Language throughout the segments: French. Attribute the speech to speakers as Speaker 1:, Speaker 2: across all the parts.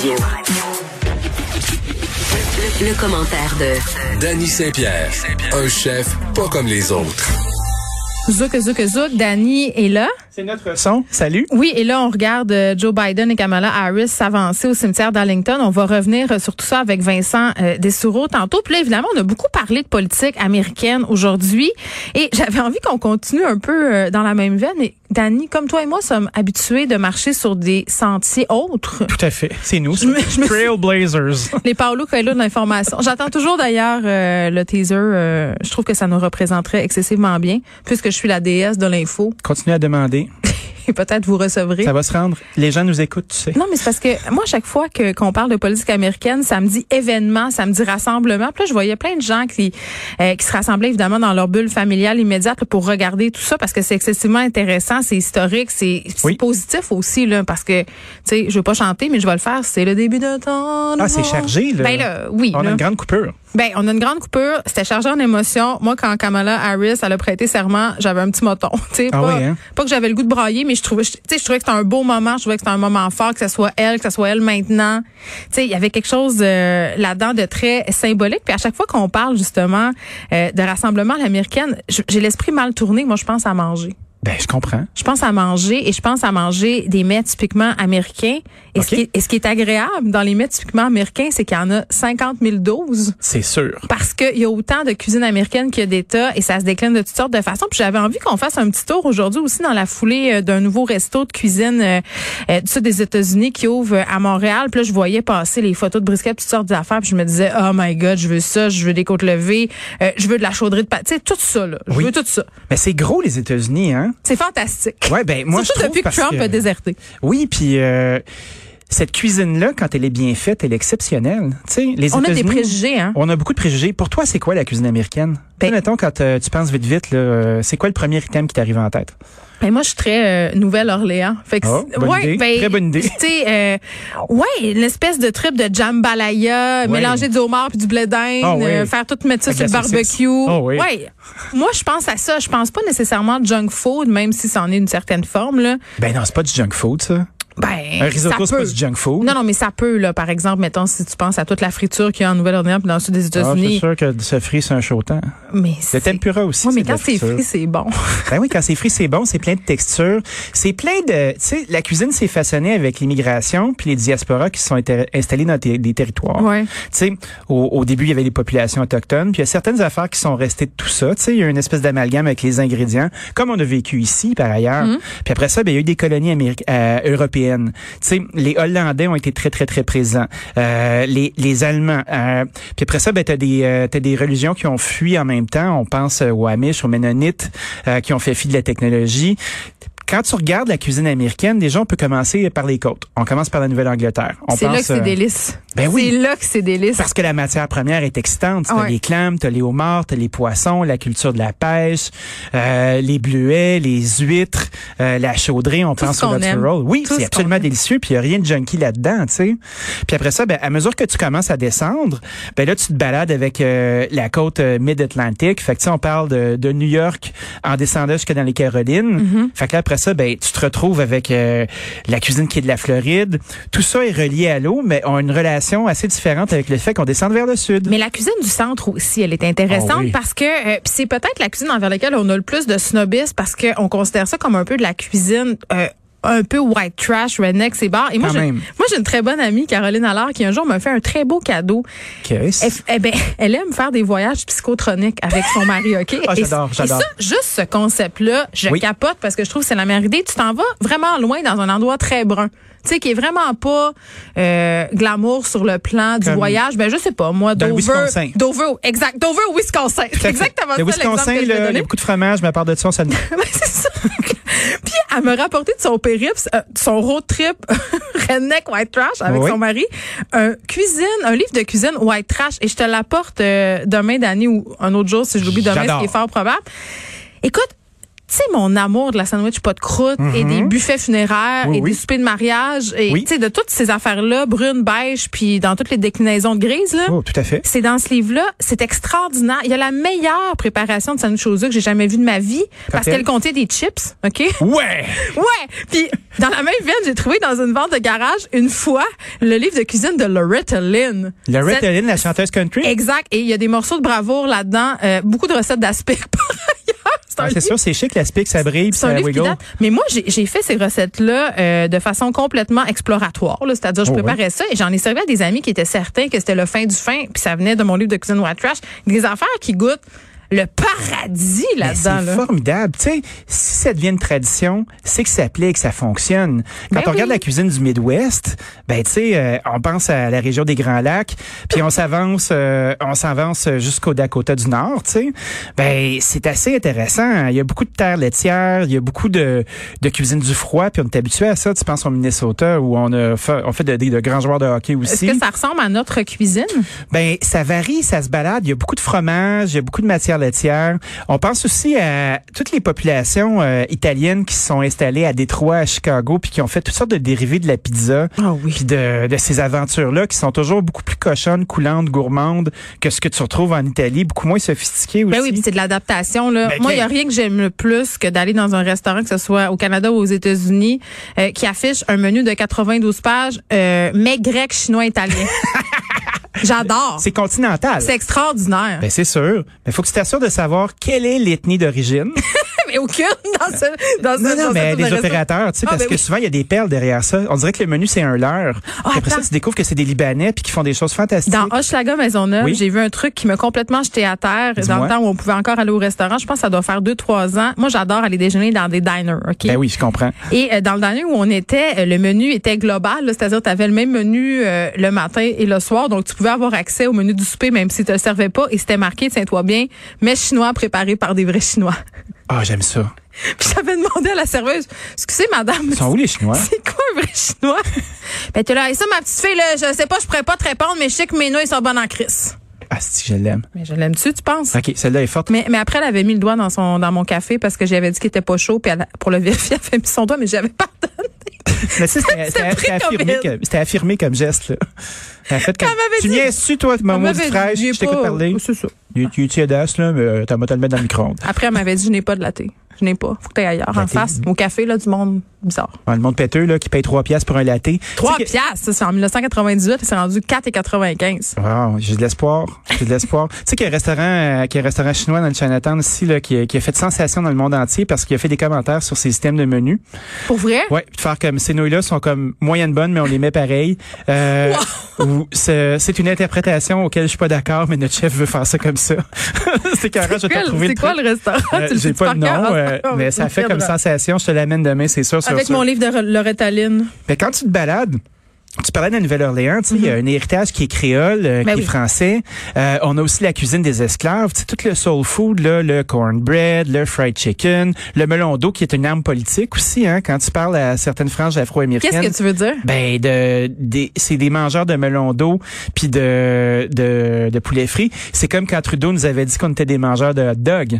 Speaker 1: Le, le commentaire de
Speaker 2: Danny Saint-Pierre, un chef pas comme les autres.
Speaker 3: Zouk, zouk, zouk, Danny est là.
Speaker 4: C'est notre son. Salut.
Speaker 3: Oui, et là, on regarde euh, Joe Biden et Kamala Harris s'avancer au cimetière d'Arlington. On va revenir euh, sur tout ça avec Vincent euh, Dessoureau tantôt. Puis là, évidemment, on a beaucoup parlé de politique américaine aujourd'hui. Et j'avais envie qu'on continue un peu euh, dans la même veine. Et Danny, comme toi et moi, sommes habitués de marcher sur des sentiers autres.
Speaker 4: Tout à fait. C'est nous.
Speaker 3: me- je me suis-
Speaker 4: Trailblazers.
Speaker 3: Les Paolo Coelho de l'information. J'attends toujours d'ailleurs euh, le teaser. euh, je trouve que ça nous représenterait excessivement bien, puisque je suis la déesse de l'info.
Speaker 4: Continuez à demander.
Speaker 3: Et peut-être vous recevrez.
Speaker 4: Ça va se rendre. Les gens nous écoutent, tu sais.
Speaker 3: Non, mais c'est parce que moi, à chaque fois que qu'on parle de politique américaine, ça me dit événement, ça me dit rassemblement. Puis là, je voyais plein de gens qui euh, qui se rassemblaient évidemment dans leur bulle familiale immédiate là, pour regarder tout ça parce que c'est excessivement intéressant, c'est historique, c'est c'est
Speaker 4: Oui.
Speaker 3: positif aussi là parce que tu sais, je veux pas chanter, mais je vais le faire. C'est le début d'un temps.
Speaker 4: Ah, c'est chargé, là.
Speaker 3: Ben là, oui.
Speaker 4: On
Speaker 3: là.
Speaker 4: a une grande coupure.
Speaker 3: Ben, on a une grande coupure. C'était chargé en émotions. Moi, quand Kamala Harris, elle a prêté serment, j'avais un petit moton. Tu sais,
Speaker 4: Ah
Speaker 3: pas,
Speaker 4: oui, hein?
Speaker 3: pas que j'avais le goût de brailler, mais je trouvais, je- tu sais, je trouvais que c'était un beau moment. Je trouvais que c'était un moment fort, que ce soit elle, que ce soit elle maintenant. Tu sais, il y avait quelque chose euh, là-dedans de très symbolique. Puis à chaque fois qu'on parle justement euh, de rassemblement à l'américaine, j- j'ai l'esprit mal tourné. Moi, je pense à manger.
Speaker 4: Ben, je comprends.
Speaker 3: Je pense à manger et je pense à manger des mets typiquement américains. Et, ce,
Speaker 4: Ok.
Speaker 3: qui est, et ce qui est agréable dans les mets typiquement américains, c'est qu'il y en a 50 000 doses
Speaker 4: C'est sûr.
Speaker 3: parce qu'il y a autant de cuisine américaine qu'il y a d'États et ça se décline de toutes sortes de façons. Puis j'avais envie qu'on fasse un petit tour aujourd'hui aussi dans la foulée euh, d'un nouveau resto de cuisine euh, euh, du sud des États-Unis qui ouvre euh, à Montréal. Puis là, je voyais passer les photos de brisket, toutes sortes d'affaires. Puis je me disais, oh my God, je veux ça, je veux des côtes levées, euh, je veux de la chaudrée de pâtes. Tu sais, tout ça, là. Je
Speaker 4: Oui.
Speaker 3: veux tout ça.
Speaker 4: Mais c'est gros, les États-Unis, hein?
Speaker 3: C'est fantastique.
Speaker 4: Ouais, ben, moi,
Speaker 3: Surtout
Speaker 4: je trouve
Speaker 3: depuis que
Speaker 4: parce
Speaker 3: Trump
Speaker 4: que-
Speaker 3: a déserté.
Speaker 4: Oui, puis euh, cette cuisine-là, quand elle est bien faite, elle est exceptionnelle. Tu sais, les
Speaker 3: On a des
Speaker 4: États-Unis-
Speaker 3: préjugés, hein?
Speaker 4: On a beaucoup de préjugés. Pour toi, c'est quoi la cuisine américaine?
Speaker 3: Ben-
Speaker 4: Tu sais, mettons, quand euh, tu penses vite, vite, là, euh, c'est quoi le premier item qui t'arrive en tête?
Speaker 3: Ben moi, je suis très euh, Nouvelle-Orléans. Fait que
Speaker 4: Oh,
Speaker 3: c'est- ben,
Speaker 4: bonne idée. Très bonne idée.
Speaker 3: Tu sais, euh, ouais, une espèce de trip de jambalaya,
Speaker 4: Ouais.
Speaker 3: mélanger du homard puis du blé d'Inde,
Speaker 4: Ah oui.
Speaker 3: euh, faire tout mettre ça
Speaker 4: Avec
Speaker 3: sur le
Speaker 4: la saucisse.
Speaker 3: barbecue.
Speaker 4: Ah oui.
Speaker 3: Ouais. Moi, je pense à ça. Je pense pas nécessairement junk food, même si c'en est une certaine forme là.
Speaker 4: Ben non, c'est pas du junk food, ça.
Speaker 3: Ben,
Speaker 4: Un
Speaker 3: ça
Speaker 4: risotto, c'est
Speaker 3: peut.
Speaker 4: pas du junk food.
Speaker 3: Non, non, mais ça peut là. Par exemple, mettons si tu penses à toute la friture qu'il y a en Nouvelle-Orléans puis dans le sud des
Speaker 4: Ah, je suis
Speaker 3: États-Unis.
Speaker 4: sûr que de ce frit, c'est un chaud temps.
Speaker 3: mais
Speaker 4: Le
Speaker 3: c'est-
Speaker 4: tempura aussi.
Speaker 3: Ouais, mais
Speaker 4: de la
Speaker 3: quand c'est
Speaker 4: friture.
Speaker 3: frit, c'est bon.
Speaker 4: Ben oui, quand c'est frit, c'est bon, c'est plein de textures. C'est plein de. Tu sais, la cuisine s'est façonnée avec l'immigration puis les diasporas qui se sont inter- installés dans des- des territoires.
Speaker 3: Ouais.
Speaker 4: Tu sais, au, au début, il y avait les populations autochtones, puis il y a certaines affaires qui sont restées de tout ça. Tu sais, il y a une espèce d'amalgame avec les ingrédients, comme on a vécu ici, par ailleurs.
Speaker 3: Mm-hmm.
Speaker 4: Puis après ça, ben, il y a eu des colonies améri- euh, européennes. Tu sais, les Hollandais ont été très, très, très présents. Euh, les, les Allemands. euh, puis après ça, ben, t'as des, euh, t'as des religions qui ont fui en même temps. On pense euh, aux Amish, aux Mennonites, euh, qui ont fait fi de la technologie. Quand tu regardes la cuisine américaine, déjà, on peut commencer par les côtes. On commence par la Nouvelle-Angleterre. On
Speaker 3: C'est là que
Speaker 4: pense,
Speaker 3: c'est
Speaker 4: euh,
Speaker 3: délice.
Speaker 4: ben oui. Ben
Speaker 3: C'est là que c'est délice.
Speaker 4: parce que la matière première est excitante. T'as
Speaker 3: Ouais.
Speaker 4: les clams, t'as les homards, t'as les poissons, la culture de la pêche, euh, les bleuets, les huîtres, euh, la chaudrée, on
Speaker 3: Tout
Speaker 4: pense
Speaker 3: ce
Speaker 4: au
Speaker 3: qu'on aime.
Speaker 4: roll. Oui,
Speaker 3: Tout ce
Speaker 4: c'est
Speaker 3: qu'on
Speaker 4: absolument
Speaker 3: aime.
Speaker 4: délicieux, puis il a rien de junkie là-dedans, tu sais. Puis après ça, ben, à mesure que tu commences à descendre, ben là, tu te balades avec euh, la côte euh, mid-Atlantique. Fait que tu sais, on parle de, de New York en descendant jusque dans les Carolines.
Speaker 3: Mm-hmm.
Speaker 4: Fait que là, après ça, ben, tu te retrouves avec euh, la cuisine qui est de la Floride. Tout ça est relié à l'eau, mais on a une relation assez différente avec le fait qu'on descende vers le sud.
Speaker 3: Mais la cuisine du centre aussi, elle est intéressante
Speaker 4: Ah oui.
Speaker 3: parce que euh, puis c'est peut-être la cuisine envers laquelle on a le plus de snobisme parce qu'on considère ça comme un peu de la cuisine. euh, un peu white trash, redneck, c'est bar. Et moi,
Speaker 4: Quand
Speaker 3: j'ai,
Speaker 4: même.
Speaker 3: moi, j'ai une très bonne amie, Caroline Allard, qui un jour m'a fait un très beau cadeau.
Speaker 4: Qu'est-ce?
Speaker 3: Elle, f- eh ben, elle aime faire des voyages psychotroniques avec son mari, OK?
Speaker 4: Ah,
Speaker 3: Et-
Speaker 4: j'adore, j'adore.
Speaker 3: Et ça, juste ce concept-là, je
Speaker 4: Oui.
Speaker 3: capote parce que je trouve que c'est la meilleure idée. Tu t'en vas vraiment loin dans un endroit très brun. Tu sais, qui est vraiment pas euh, glamour sur le plan du
Speaker 4: Comme-
Speaker 3: voyage. Ben, je sais pas, moi,
Speaker 4: Dans le Wisconsin.
Speaker 3: Dover. Dover, exact. Dover, Wisconsin. C'est exactement ça
Speaker 4: le
Speaker 3: l'exemple
Speaker 4: Wisconsin,
Speaker 3: que je vais
Speaker 4: là, il y a
Speaker 3: donner.
Speaker 4: beaucoup de fromage, mais à part de ça, ça
Speaker 3: Ouais, c'est ça. Puis à me rapporter de son périple, euh, de son road trip redneck white trash avec
Speaker 4: Oui.
Speaker 3: son mari, un cuisine, un livre de cuisine white trash et je te l'apporte euh, demain d'année ou un autre jour si j'oublie demain, ce
Speaker 4: J'adore.
Speaker 3: qui est fort probable. Écoute, tu sais, mon amour de la sandwich pas de croûte et des buffets funéraires
Speaker 4: Mm-hmm. Oui,
Speaker 3: et
Speaker 4: oui.
Speaker 3: des soupers de mariage et
Speaker 4: Oui.
Speaker 3: tu sais, de toutes ces affaires-là, brune, beige, puis dans toutes les déclinaisons de grises, là.
Speaker 4: Oh, tout à fait.
Speaker 3: C'est dans ce livre-là, c'est extraordinaire. Il y a la meilleure préparation de sandwich aux œufs que j'ai jamais vue de ma vie parce
Speaker 4: Rappel.
Speaker 3: qu'elle contait des chips, OK?
Speaker 4: Ouais!
Speaker 3: Ouais! Puis, dans la même veine, j'ai trouvé dans une vente de garage, une fois, le livre de cuisine de Loretta Lynn.
Speaker 4: Loretta
Speaker 3: C'est-
Speaker 4: Lynn, la chanteuse country.
Speaker 3: Exact. Et il y a des morceaux de bravoure là-dedans, euh, beaucoup de recettes d'aspic par ailleurs. C'est un
Speaker 4: Ah,
Speaker 3: livre
Speaker 4: c'est sûr, c'est chic, la spic, ça brille, puis
Speaker 3: c'est un
Speaker 4: ça
Speaker 3: livre qui
Speaker 4: wiggle.
Speaker 3: date. Mais moi, j'ai j'ai fait ces recettes-là euh, de façon complètement exploratoire. là. C'est-à-dire, je
Speaker 4: Oh,
Speaker 3: préparais ça et j'en ai servi à des amis qui étaient certains que c'était le fin du fin, puis ça venait de mon livre de cuisine White Trash. Des affaires qui goûtent le paradis
Speaker 4: Mais
Speaker 3: là-dedans.
Speaker 4: C'est
Speaker 3: là.
Speaker 4: formidable. Tu sais, si ça devient une tradition, c'est que ça plaît et que ça fonctionne. Quand
Speaker 3: Ben
Speaker 4: on regarde
Speaker 3: oui.
Speaker 4: la cuisine du Midwest, ben tu sais, euh, on pense à la région des Grands Lacs, puis on s'avance, euh, on s'avance jusqu'au Dakota du Nord, tu sais. Ben c'est assez intéressant. Il y a beaucoup de terres laitières, il y a beaucoup de, de cuisine du froid, puis on est habitué à ça. Tu penses au Minnesota où on a fait, on fait de, de grands joueurs de hockey
Speaker 3: Est-ce
Speaker 4: aussi.
Speaker 3: que ça ressemble à notre cuisine?
Speaker 4: Ben, ça varie, ça se balade. Il y a beaucoup de fromage, il y a beaucoup de matières laitières. On pense aussi à toutes les populations euh, italiennes qui se sont installées à Détroit, à Chicago, puis qui ont fait toutes sortes de dérivés de la pizza,
Speaker 3: Ah oui.
Speaker 4: puis de, de ces aventures-là qui sont toujours beaucoup plus cochonnes, coulantes, gourmandes que ce que tu retrouves en Italie, beaucoup moins sophistiquées aussi.
Speaker 3: Ben oui, puis c'est de l'adaptation. là.
Speaker 4: Ben,
Speaker 3: Moi, il n'y a
Speaker 4: quel-
Speaker 3: rien que j'aime le plus que d'aller dans un restaurant, que ce soit au Canada ou aux États-Unis, euh, qui affiche un menu de 92 pages, euh, mais grec, chinois, italien. J'adore.
Speaker 4: c'est continental.
Speaker 3: C'est extraordinaire.
Speaker 4: Ben, c'est sûr. Mais faut que tu t'assures de savoir quelle est l'ethnie d'origine.
Speaker 3: mais aucune dans ce dans ce-
Speaker 4: Non, non,
Speaker 3: dans
Speaker 4: mais
Speaker 3: ce-
Speaker 4: les
Speaker 3: dans ce-
Speaker 4: opérateurs, tu sais,
Speaker 3: Ah,
Speaker 4: parce
Speaker 3: ben
Speaker 4: que
Speaker 3: oui.
Speaker 4: souvent, il y a des perles derrière ça. On dirait que le menu, c'est un leurre.
Speaker 3: Ah,
Speaker 4: Puis après ça,
Speaker 3: attends.
Speaker 4: tu découvres que c'est des Libanais puis qui font des choses fantastiques.
Speaker 3: Dans Hochelaga Maisonneuve,
Speaker 4: Oui.
Speaker 3: j'ai vu un truc qui m'a complètement jeté à terre dans
Speaker 4: Dis-moi.
Speaker 3: le temps où on pouvait encore aller au restaurant. Je pense que ça doit faire deux, trois ans. Moi, j'adore aller déjeuner dans des diners, OK?
Speaker 4: Ben oui, je comprends.
Speaker 3: Et euh, dans le dernier où on était, euh, le menu était global, là, c'est-à-dire tu avais le même menu euh, le matin et le soir, donc tu pouvais avoir accès au menu du souper même si tu ne servais pas et c'était marqué, tiens-toi bien, mais chinois préparé par des vrais chinois.
Speaker 4: Ah, j'aime ça.
Speaker 3: Puis j'avais demandé à la serveuse, excusez madame,
Speaker 4: Ils sont où les Chinois?
Speaker 3: C'est quoi un vrai chinois? ben, t'es là, et ça, ma petite fille, là, je sais pas, je pourrais pas te répondre, mais je sais que mes noix, ils sont bonnes en crise.
Speaker 4: Ah, si, je l'aime.
Speaker 3: Mais je l'aime-tu, tu penses?
Speaker 4: OK, celle-là est forte.
Speaker 3: Mais, mais après, elle avait mis le doigt dans son dans mon café parce que j'avais dit qu'il était pas chaud, puis elle- pour le vérifier, elle avait mis son doigt, mais j'avais pas
Speaker 4: Mais tu sais, c'était- c'était
Speaker 3: C'était
Speaker 4: c'était
Speaker 3: pris
Speaker 4: affirmé,
Speaker 3: comme
Speaker 4: que- c'était affirmé comme geste, là. Elle fait comme,
Speaker 3: Elle m'avait
Speaker 4: tu
Speaker 3: dit-
Speaker 4: viens su, toi, de ma
Speaker 3: Elle
Speaker 4: maudite
Speaker 3: m'avait
Speaker 4: fraîche.
Speaker 3: dit, j'ai
Speaker 4: Je t'écoute
Speaker 3: pas-
Speaker 4: parler.
Speaker 3: C'est ça.
Speaker 4: Tu- Tu es tiédasse, là, mais euh, t'as pas à le mettre dans le micro-ondes.
Speaker 3: Après, elle m'avait dit, je n'ai pas de latte. Je n'ai pas. Faut que t'ailles ailleurs, en
Speaker 4: Latte.
Speaker 3: face, au café, là, du monde bizarre.
Speaker 4: Ah, le monde péteux, là, qui paye 3 piastres pour un latte.
Speaker 3: Trois
Speaker 4: Tu sais que-
Speaker 3: piastres, ça, c'est en 1998, c'est rendu 4,95.
Speaker 4: Wow, j'ai de l'espoir, j'ai de l'espoir. tu sais qu'il y a un restaurant, euh, qu'il y a un restaurant chinois dans le Chinatown ici là, qui, a- qui a fait sensation dans le monde entier parce qu'il a fait des commentaires sur ses systèmes de menus.
Speaker 3: Pour vrai?
Speaker 4: Ouais, puis de faire comme ces nouilles là sont comme moyenne bonnes mais on les met pareil. Euh, ou c'est c'est une interprétation auquel je suis pas d'accord mais notre chef veut faire ça comme ça. c'est carré, je vais te
Speaker 3: Quel-
Speaker 4: retrouver
Speaker 3: C'est quoi le restaurant?
Speaker 4: Euh,
Speaker 3: Tu le
Speaker 4: j'ai
Speaker 3: sais-tu
Speaker 4: pas
Speaker 3: par
Speaker 4: le
Speaker 3: cœur?
Speaker 4: nom,
Speaker 3: Ah,
Speaker 4: euh,
Speaker 3: ah,
Speaker 4: mais
Speaker 3: oui,
Speaker 4: ça
Speaker 3: une
Speaker 4: fait comme
Speaker 3: pièce.
Speaker 4: sensation. Je te l'amène demain, c'est sûr. sur
Speaker 3: Avec
Speaker 4: ça.
Speaker 3: mon livre de Loretta Lynn.
Speaker 4: Mais Ben, quand tu te balades, tu parlais de la Nouvelle-Orléans, tu sais, il y a un héritage qui est créole, euh,
Speaker 3: Mhm. Ben
Speaker 4: qui
Speaker 3: oui.
Speaker 4: est français. Euh, on a aussi la cuisine des esclaves, tu sais, tout le soul food, là, le cornbread, le fried chicken, le melon d'eau qui est une arme politique aussi, hein, quand tu parles à certaines franges afro-américaines.
Speaker 3: Qu'est-ce que tu veux dire?
Speaker 4: Ben de des c'est des mangeurs de melon d'eau puis de de de poulet frit. C'est comme quand Trudeau nous avait dit qu'on était des mangeurs de hot dog. Tu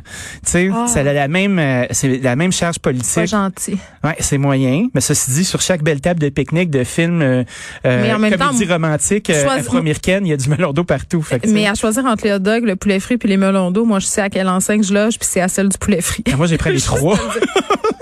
Speaker 4: sais,
Speaker 3: Ah.
Speaker 4: ça a la même euh, c'est la même charge
Speaker 3: Pas
Speaker 4: politique.
Speaker 3: gentil.
Speaker 4: Ouais, c'est moyen. Mais ceci dit, sur chaque belle table de pique-nique, de films, euh,
Speaker 3: Mais en même
Speaker 4: comédie
Speaker 3: temps,
Speaker 4: romantique, euh,
Speaker 3: choisis-
Speaker 4: afro-américaine, il y a du melon d'eau partout. Fait que, tu sais.
Speaker 3: Mais à choisir entre les hot dogs, le poulet frit puis les melons d'eau, moi, je sais à quelle enseigne je loge, puis c'est à celle du poulet frit.
Speaker 4: moi, j'ai pris les trois.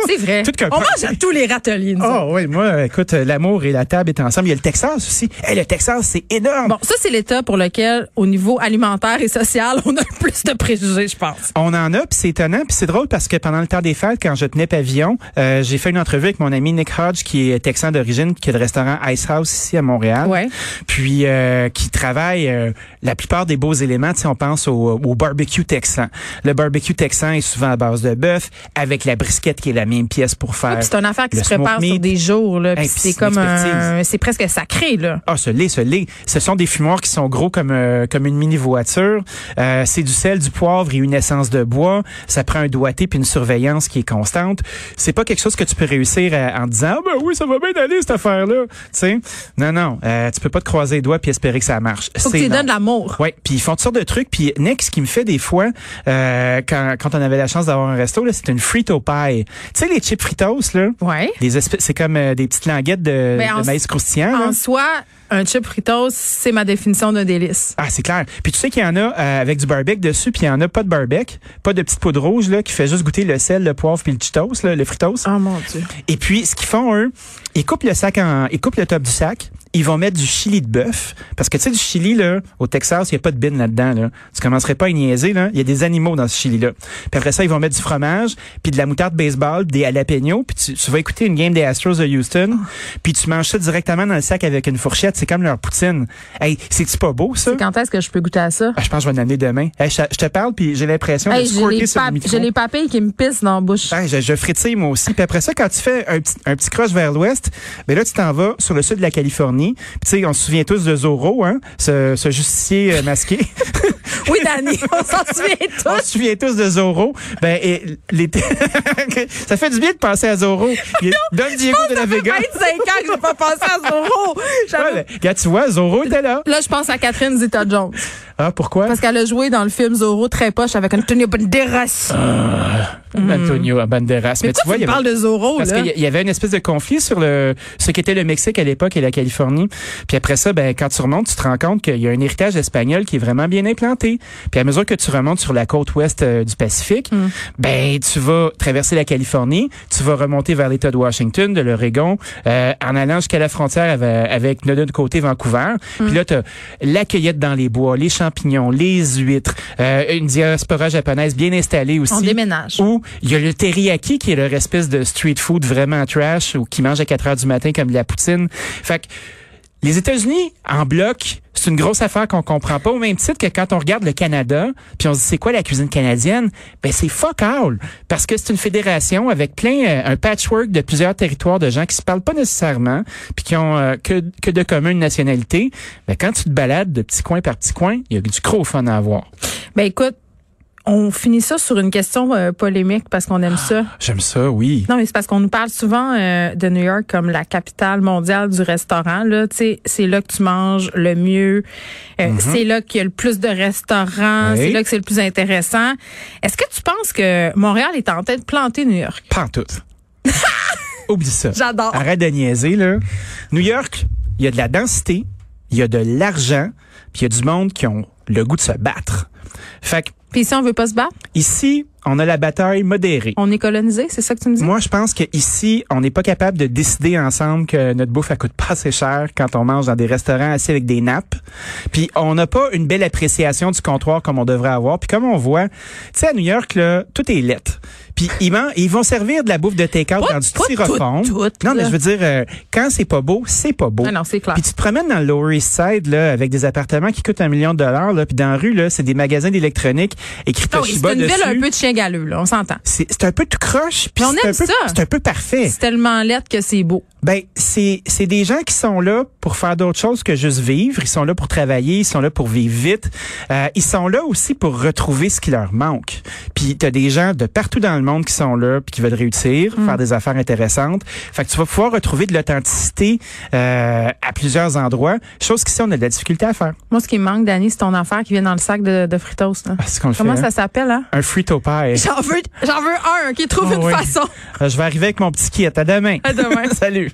Speaker 3: c'est vrai.
Speaker 4: Ah Tout qu'un
Speaker 3: On
Speaker 4: pain.
Speaker 3: mange à tous les râteliers, nous autres.
Speaker 4: Oh oui, moi, écoute, euh, l'amour et la table est ensemble. Il y a le Texas aussi. Hey, le Texas, c'est énorme.
Speaker 3: Bon, ça, c'est l'État pour lequel, au niveau alimentaire et social, on a le plus de préjugés, je pense.
Speaker 4: On en a, puis c'est étonnant, puis c'est drôle parce que pendant le temps des fêtes, quand je tenais pavillon, euh, j'ai fait une entrevue avec mon ami Nick Hodge, qui est texan d'origine, qui a le restaurant Ice House ici à Montréal.
Speaker 3: Ouais.
Speaker 4: Puis euh, qui travaille euh, la plupart des beaux éléments. Tu sais, on pense au, au barbecue texan. Le barbecue texan est souvent à base de bœuf avec la brisquette qui est la même pièce pour faire.
Speaker 3: Ouais, puis c'est une affaire qui
Speaker 4: le
Speaker 3: se prépare
Speaker 4: smoked
Speaker 3: sur
Speaker 4: meat.
Speaker 3: des jours. Là, puis
Speaker 4: puis
Speaker 3: c'est
Speaker 4: c'est
Speaker 3: comme
Speaker 4: une
Speaker 3: un-
Speaker 4: expertise.
Speaker 3: C'est presque sacré, là.
Speaker 4: Ah, ce lait, ce lait. Ce sont des fumoirs qui sont gros comme euh, comme une mini voiture. Euh, c'est du sel, du poivre et une essence de bois. Ça prend un doigté puis une surveillance qui est constante. C'est pas quelque chose que tu peux réussir à- en disant ah ben oui ça va bien aller cette affaire là. Tu sais, non non, euh, tu peux pas te croiser les doigts puis espérer que ça marche.
Speaker 3: Faut que
Speaker 4: C'est
Speaker 3: tu lui
Speaker 4: non.
Speaker 3: donnes de l'amour.
Speaker 4: Ouais, puis ils font toutes sortes de trucs. Puis Next, ce qui me fait des fois, euh, quand, quand on avait la chance d'avoir un resto, là, c'est une frito pie. Tu sais, les chips fritos, là?
Speaker 3: Ouais.
Speaker 4: Des espèces, c'est comme euh, des petites languettes de,
Speaker 3: Mais Ben, en-
Speaker 4: de maïs croustillant. là.
Speaker 3: En soi, un chip Fritos, c'est ma définition d'un délice.
Speaker 4: Ah, c'est clair. Puis tu sais qu'il y en a euh, avec du barbecue dessus, puis il y en a pas de barbecue, pas de petite poudre rouge là qui fait juste goûter le sel, le poivre puis le chitos, là, le fritos.
Speaker 3: Oh mon Dieu.
Speaker 4: Et puis ce qu'ils font eux, ils coupent le sac en ils coupent le top du sac, ils vont mettre du chili de bœuf parce que tu sais du chili là au Texas, il y a pas de bin là-dedans là. Tu commencerais pas à niaiser là, il y a des animaux dans ce chili là. Puis après ça, ils vont mettre du fromage, puis de la moutarde baseball, puis des jalapenos, puis tu, tu vas écouter une game des Astros de Houston, puis tu manges ça directement dans le sac avec une fourchette, c'est comme leur poutine. Hey, c'est pas beau ça
Speaker 3: Quand est-ce que je peux goûter à ça?
Speaker 4: ah, je pense que je vais en amener demain. Hey, je, je te parle, puis j'ai l'impression
Speaker 3: Hey,
Speaker 4: de
Speaker 3: j'ai
Speaker 4: squirter
Speaker 3: les,
Speaker 4: sur le
Speaker 3: pap-
Speaker 4: micro.
Speaker 3: j'ai les papilles qui me pissent dans la bouche.
Speaker 4: Ah, je, je frétille moi aussi. Puis après ça, quand tu fais un petit, un petit croche vers l'ouest, ben là, tu t'en vas sur le sud de la Californie. Puis tu sais, on se souvient tous de Zorro, hein, ce, ce justicier euh, masqué.
Speaker 3: Oui, Dani, on s'en souvient
Speaker 4: on
Speaker 3: tous.
Speaker 4: se souvient tous de Zorro. Ben, et, les ça fait du bien de penser à Zorro. Il est- Don Diego de la Vega.
Speaker 3: 25 ans que j'ai pas pensé à Zorro. J'avoue.
Speaker 4: Ouais, ben, regarde, tu vois, Zorro était là.
Speaker 3: Là, je pense à Catherine Zeta-Jones.
Speaker 4: Ah, pourquoi?
Speaker 3: Parce qu'elle a joué dans le film Zorro très poche avec Antonio
Speaker 4: Ah,
Speaker 3: Banderas.
Speaker 4: Antonio Banderas.
Speaker 3: Mais pourquoi tu,
Speaker 4: il y avait-
Speaker 3: parles de Zorro,
Speaker 4: Parce
Speaker 3: là?
Speaker 4: qu'il y- y avait une espèce de conflit sur le ce qu'était le Mexique à l'époque et la Californie. Puis après ça, ben quand tu remontes, tu te rends compte qu'il y a un héritage espagnol qui est vraiment bien implanté. Puis à mesure que tu remontes sur la côte ouest euh, du Pacifique, ben tu vas traverser la Californie, tu vas remonter vers l'État de Washington, de l'Oregon, euh, en allant jusqu'à la frontière avec, avec de l'autre côté Vancouver. Puis là, t'as la cueillette dans les bois, les champignons, les huîtres, euh, une diaspora japonaise bien installée aussi.
Speaker 3: On déménage.
Speaker 4: Ou il y a le teriyaki qui est leur espèce de street food vraiment trash ou qui mange à 4 heures du matin comme de la poutine. Fait que les États-Unis en bloc, c'est une grosse affaire qu'on comprend pas au même titre que quand on regarde le Canada, puis on se dit c'est quoi la cuisine canadienne Ben c'est fuck all parce que c'est une fédération avec plein euh, un patchwork de plusieurs territoires de gens qui se parlent pas nécessairement, puis qui ont euh, que, que de commun une nationalité. Ben quand tu te balades de petit coin par petit coin, il y a du gros fun à avoir.
Speaker 3: Ben écoute, on finit ça sur une question euh, polémique parce qu'on
Speaker 4: Ah.
Speaker 3: aime ça.
Speaker 4: J'aime ça, oui.
Speaker 3: Non, mais c'est parce qu'on nous parle souvent euh, de New York comme la capitale mondiale du restaurant. Là, tu sais, c'est là que tu manges le mieux. Euh, C'est là qu'il y a le plus de restaurants.
Speaker 4: Mm-hmm. Oui.
Speaker 3: C'est là que c'est le plus intéressant. Est-ce que tu penses que Montréal est en train de planter New York?
Speaker 4: Pas en tout. Oublie ça.
Speaker 3: J'adore.
Speaker 4: Arrête de niaiser, là. New York, il y a de la densité, il y a de l'argent, puis il y a du monde qui ont le goût de se battre. Fait que,
Speaker 3: Puis si on veut pas se battre,
Speaker 4: ici, on a la bataille modérée.
Speaker 3: on est colonisé, c'est ça que tu me dis?
Speaker 4: Moi, je pense qu'ici, on n'est pas capable de décider ensemble que notre bouffe, elle coûte pas assez cher quand on mange dans des restaurants assis avec des nappes. Puis, on n'a pas une belle appréciation du comptoir comme on devrait avoir. Puis, comme on voit, tu sais, à New York, là, tout est lettre. Puis, ils, man- ils vont servir de la bouffe de take-out
Speaker 3: Pas-
Speaker 4: dans du
Speaker 3: pas tout,
Speaker 4: styrofoam.
Speaker 3: tout,
Speaker 4: non, mais
Speaker 3: là.
Speaker 4: je veux dire, euh, quand c'est pas beau, c'est pas beau.
Speaker 3: Ah non, c'est clair.
Speaker 4: Puis tu te promènes dans le Lower East Side là, avec des appartements qui coûtent un million de dollars là, puis dans la rue là, c'est des magasins d'électronique écrits
Speaker 3: Ah oui,
Speaker 4: Toshiba
Speaker 3: c'est une
Speaker 4: dessus.
Speaker 3: ville un peu de chien galeux, là, on s'entend.
Speaker 4: C'est c'est un peu tout croche,
Speaker 3: Mais
Speaker 4: puis
Speaker 3: on
Speaker 4: c'est un
Speaker 3: aime
Speaker 4: peu
Speaker 3: ça.
Speaker 4: c'est un peu parfait.
Speaker 3: C'est tellement laide que c'est beau.
Speaker 4: Ben, c'est, c'est des gens qui sont là pour faire d'autres choses que juste vivre. Ils sont là pour travailler, ils sont là pour vivre vite. Euh, ils sont là aussi pour retrouver ce qui leur manque. Puis t'as des gens de partout dans le monde qui sont là puis qui veulent réussir,
Speaker 3: Mm.
Speaker 4: faire des affaires intéressantes. Fait que tu vas pouvoir retrouver de l'authenticité euh, à plusieurs endroits. Chose qu'ici, on a de la difficulté à faire.
Speaker 3: Moi, ce qui me manque, Dani, c'est ton affaire qui vient dans le sac de, de fritos. là.
Speaker 4: Ah, c'est ce qu'on le
Speaker 3: Comment
Speaker 4: fait,
Speaker 3: ça
Speaker 4: hein?
Speaker 3: s'appelle, hein?
Speaker 4: Un frito pie.
Speaker 3: J'en veux, j'en veux un qui trouve
Speaker 4: Ah
Speaker 3: une
Speaker 4: oui.
Speaker 3: façon.
Speaker 4: Euh, Je vais arriver avec mon petit kit. À demain.
Speaker 3: À demain.
Speaker 4: Salut.